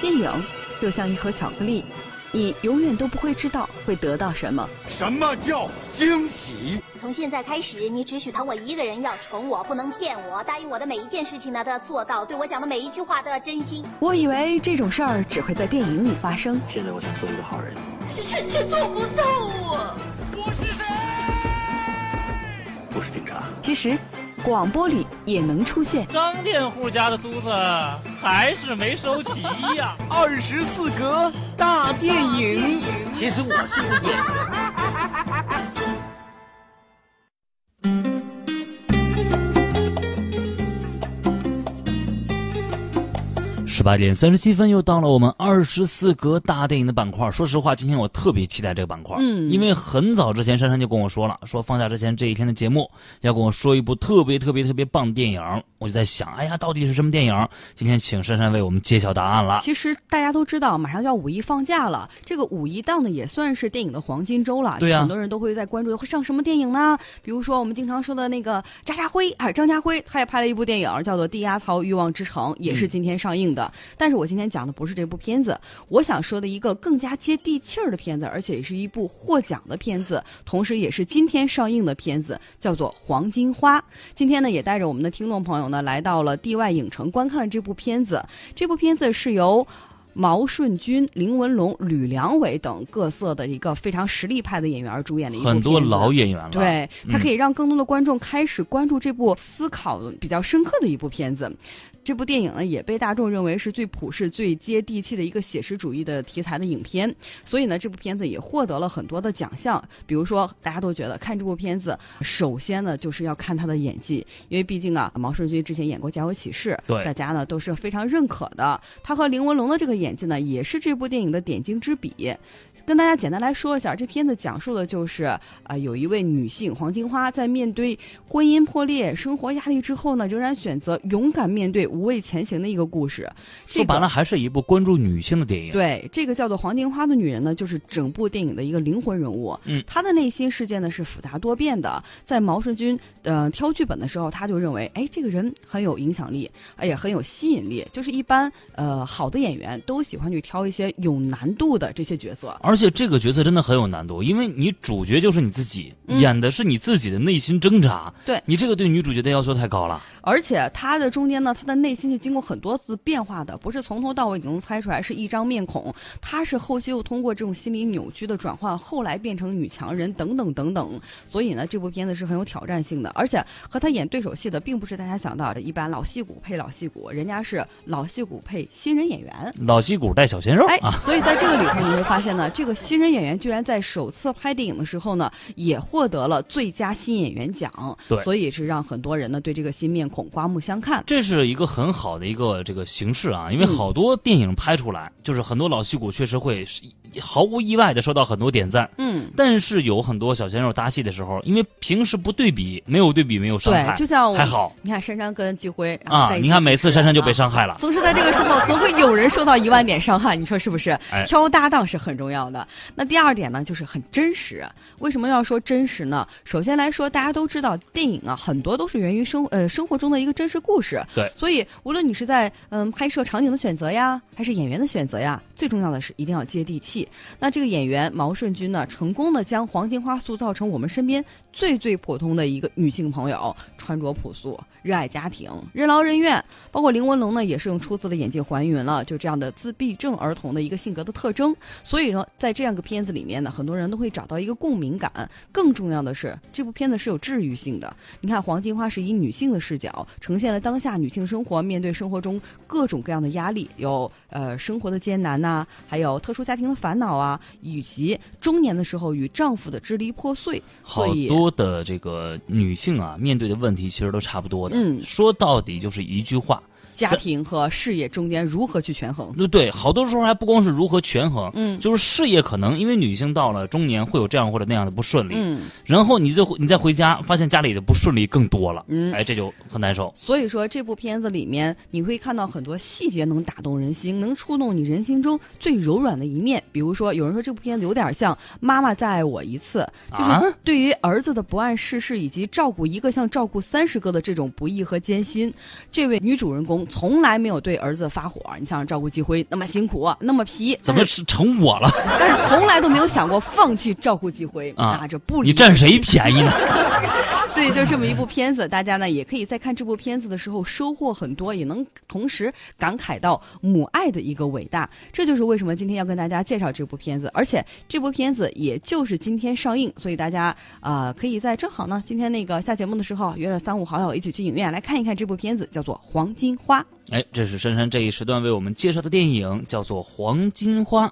经营就像一盒巧克力，你永远都不会知道会得到什么。什么叫惊喜？从现在开始，你只许疼我一个人，要宠我，不能骗我，答应我的每一件事情呢都要做到，对我讲的每一句话都要真心。我以为这种事儿只会在电影里发生，现在我想做一个好人。可是臣妾做不到啊！我是谁？我是警察。其实，广播里也能出现。张佃户家的租子还是没收齐呀、啊！二十四格大电影。其实我是个演员。十八点三十七分，又到了我们二十四格大电影的板块。说实话，今天我特别期待这个板块，嗯，因为很早之前珊珊就跟我说了，说放假之前这一天的节目要跟我说一部特别特别特别棒的电影，我就在想，哎呀，到底是什么电影？今天请珊珊为我们揭晓答案了。其实大家都知道，马上就要五一放假了，这个五一档呢也算是电影的黄金周了，对呀、啊，很多人都会在关注会上什么电影呢？比如说我们经常说的那个渣渣辉，哎，张家辉，他也拍了一部电影叫做《低压槽欲望之城》，也是今天上映的。嗯但是我今天讲的不是这部片子，我想说的一个更加接地气儿的片子，而且也是一部获奖的片子，同时也是今天上映的片子，叫做《黄金花》。今天呢，也带着我们的听众朋友呢，来到了地外影城观看了这部片子。这部片子是由。毛舜筠、林文龙、吕良伟等各色的一个非常实力派的演员主演的一部很多老演员了，对，它可以让更多的观众开始关注这部思考比较深刻的一部片子。嗯、这部电影呢，也被大众认为是最普世、最接地气的一个写实主义的题材的影片，所以呢，这部片子也获得了很多的奖项。比如说，大家都觉得看这部片子，首先呢就是要看他的演技，因为毕竟啊，毛舜筠之前演过《家有喜事》，对，大家呢都是非常认可的。他和林文龙的这个演演技呢，也是这部电影的点睛之笔。跟大家简单来说一下，这片子讲述的就是啊、呃，有一位女性黄金花在面对婚姻破裂、生活压力之后呢，仍然选择勇敢面对、无畏前行的一个故事。这个、说白了，还是一部关注女性的电影。对，这个叫做黄金花的女人呢，就是整部电影的一个灵魂人物。嗯，她的内心世界呢是复杂多变的。在毛舜筠呃挑剧本的时候，他就认为，哎，这个人很有影响力，哎也很有吸引力。就是一般呃好的演员都喜欢去挑一些有难度的这些角色，而。而且这个角色真的很有难度，因为你主角就是你自己，嗯、演的是你自己的内心挣扎。对你这个对女主角的要求太高了。而且她的中间呢，她的内心是经过很多次变化的，不是从头到尾你能猜出来是一张面孔。她是后期又通过这种心理扭曲的转换，后来变成女强人等等等等。所以呢，这部片子是很有挑战性的。而且和她演对手戏的，并不是大家想到的一般老戏骨配老戏骨，人家是老戏骨配新人演员，老戏骨带小鲜肉。哎，啊、所以在这个里头你会发现呢，这个。这个新人演员居然在首次拍电影的时候呢，也获得了最佳新演员奖，对，所以是让很多人呢对这个新面孔刮目相看。这是一个很好的一个这个形式啊，嗯因为好多电影拍出来，嗯、就是很多老戏骨确实会毫无意外的收到很多点赞，嗯，但是有很多小鲜肉搭戏的时候，因为平时不对比，没有对比没有伤害，对，就像还好。你看珊珊跟季辉啊，你看每次珊珊就被伤害了、啊，总是在这个时候总会有人受到一万点伤害，你说是不是？哎、挑搭档是很重要的。那第二点呢，就是很真实。为什么要说真实呢？首先来说，大家都知道电影啊，很多都是源于生呃生活中的一个真实故事。对，所以无论你是在嗯、呃、拍摄场景的选择呀，还是演员的选择呀，最重要的是一定要接地气。那这个演员毛舜筠呢，成功的将黄金花塑造成我们身边最最普通的一个女性朋友，穿着朴素，热爱家庭，任劳任怨。包括林文龙呢，也是用出色的演技还原了就这样的自闭症儿童的一个性格的特征。所以呢，在在这样个片子里面呢，很多人都会找到一个共鸣感。更重要的是，这部片子是有治愈性的。你看，《黄金花》是以女性的视角，呈现了当下女性生活面对生活中各种各样的压力，有呃生活的艰难呐、啊，还有特殊家庭的烦恼啊，以及中年的时候与丈夫的支离破碎。好多的这个女性啊，面对的问题其实都差不多的。嗯，说到底就是一句话。家庭和事业中间如何去权衡？对对，好多时候还不光是如何权衡，嗯，就是事业可能因为女性到了中年会有这样或者那样的不顺利，嗯，然后你最你再回家发现家里的不顺利更多了，嗯，哎，这就很难受。所以说这部片子里面你会看到很多细节能打动人心，能触动你人心中最柔软的一面。比如说有人说这部片子有点像《妈妈再爱我一次》，啊就是嗯对于儿子的不谙世事以及照顾一个像照顾三十个的这种不易和艰辛，这位女主人。公从来没有对儿子发火。你想想照顾继辉那么辛苦，那么皮，怎么是成我了？但是从来都没有想过放弃照顾继辉啊这不理你占谁便宜呢？所以就这么一部片子，大家呢也可以在看这部片子的时候收获很多，也能同时感慨到母爱的一个伟大。这就是为什么今天要跟大家介绍这部片子，而且这部片子也就是今天上映，所以大家啊、呃可以在正好呢今天那个下节目的时候啊约了三五好友一起去影院来看一看这部片子，叫做《黄金花》。哎，这是珊珊这一时段为我们介绍的电影，叫做《黄金花》。